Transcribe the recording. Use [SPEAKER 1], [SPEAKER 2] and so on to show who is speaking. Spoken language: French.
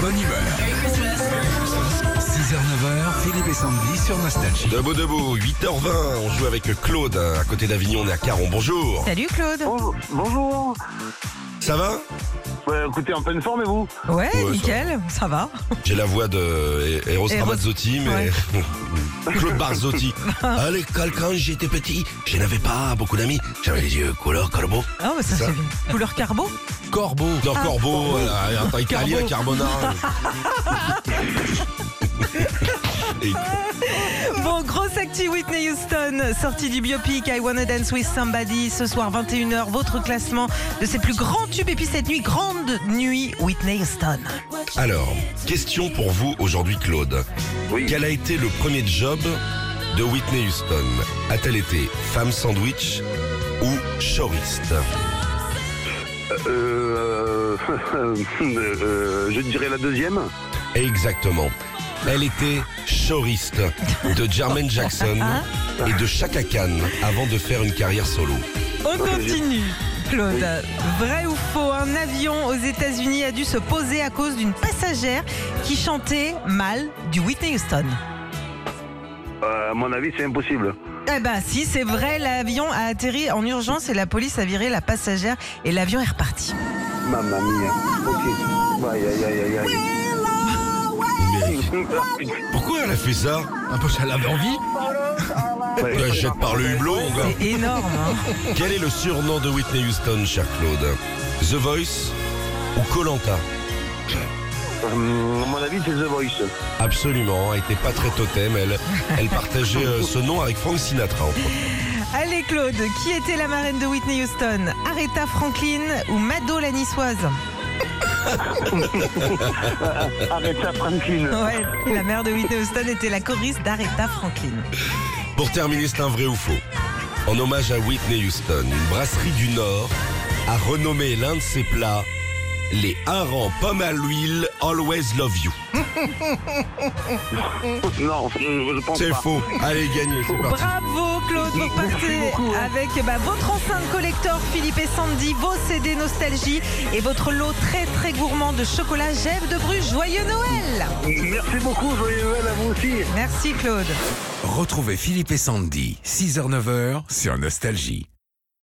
[SPEAKER 1] bonne humeur. 6h-9h, Philippe et Sandy sur Nostalgie.
[SPEAKER 2] Debout, debout, 8h20, on joue avec Claude, hein, à côté d'Avignon, on est à Caron, bonjour.
[SPEAKER 3] Salut Claude.
[SPEAKER 4] Bonjour. Bonjour.
[SPEAKER 2] Ça va
[SPEAKER 4] Bah, écoutez, en pleine forme et vous
[SPEAKER 3] Ouais,
[SPEAKER 2] ça
[SPEAKER 3] nickel, ça va.
[SPEAKER 2] J'ai la voix de Eros
[SPEAKER 3] Eros-
[SPEAKER 2] Ramazzotti, mais... Claude Barzotti. à l'école, quand j'étais petit, je n'avais pas beaucoup d'amis. J'avais les yeux couleur corbeau.
[SPEAKER 3] Ah, bah ça,
[SPEAKER 2] Ça.
[SPEAKER 3] c'est bien. Couleur carbo
[SPEAKER 2] Corbeau. Non, corbeau, voilà, un italien, carbonara. Et
[SPEAKER 3] Bon, grosse actu Whitney Houston, sortie du biopic I Wanna Dance With Somebody, ce soir 21h, votre classement de ses plus grands tubes et puis cette nuit, grande nuit Whitney Houston.
[SPEAKER 2] Alors, question pour vous aujourd'hui, Claude.
[SPEAKER 4] Oui.
[SPEAKER 2] Quel a été le premier job de Whitney Houston A-t-elle été femme sandwich ou choriste
[SPEAKER 4] euh, euh, euh, Je dirais la deuxième.
[SPEAKER 2] Exactement. Elle était choriste de Jermaine Jackson et de Chaka Khan avant de faire une carrière solo.
[SPEAKER 3] On continue. Claude, vrai ou faux, un avion aux États-Unis a dû se poser à cause d'une passagère qui chantait mal du Whitney Houston.
[SPEAKER 4] Euh, à mon avis, c'est impossible.
[SPEAKER 3] Eh ben si, c'est vrai, l'avion a atterri en urgence et la police a viré la passagère et l'avion est reparti.
[SPEAKER 4] Mamma mia. Ok. Aïe, aïe, aïe, aïe, aïe.
[SPEAKER 2] Pourquoi elle a fait ça Ben, Un peu, elle avait envie.
[SPEAKER 4] Ouais.
[SPEAKER 2] jette par le hublot, mon gars.
[SPEAKER 3] C'est énorme. hein.
[SPEAKER 2] Quel est le surnom de Whitney Houston, cher Claude The Voice ou Colanta
[SPEAKER 4] Euh, à mon avis, c'est The Voice.
[SPEAKER 2] Absolument, elle était pas très totem. Elle, elle partageait euh, ce nom avec Frank Sinatra. entre autres.
[SPEAKER 3] Allez Claude, qui était la marraine de Whitney Houston Aretha Franklin ou Mado la niçoise
[SPEAKER 4] Arrête ça, Franklin.
[SPEAKER 3] Ouais, la mère de Whitney Houston était la choriste d'Aretha Franklin.
[SPEAKER 2] Pour terminer, c'est un vrai ou faux. En hommage à Whitney Houston, une brasserie du Nord a renommé l'un de ses plats les harengs pommes à l'huile Always Love You.
[SPEAKER 4] Non, je, je pense
[SPEAKER 2] C'est
[SPEAKER 4] pas.
[SPEAKER 2] faux. Allez, gagnez, c'est parti.
[SPEAKER 3] Bravo Claude, vous partez avec bah, votre enceinte collector Philippe et Sandy, vos CD Nostalgie et votre lot très très gourmand de chocolat Gève de Bruges. Joyeux Noël
[SPEAKER 4] Merci beaucoup. Joyeux Noël à vous aussi.
[SPEAKER 3] Merci Claude.
[SPEAKER 1] Retrouvez Philippe et Sandy, 6h-9h sur Nostalgie.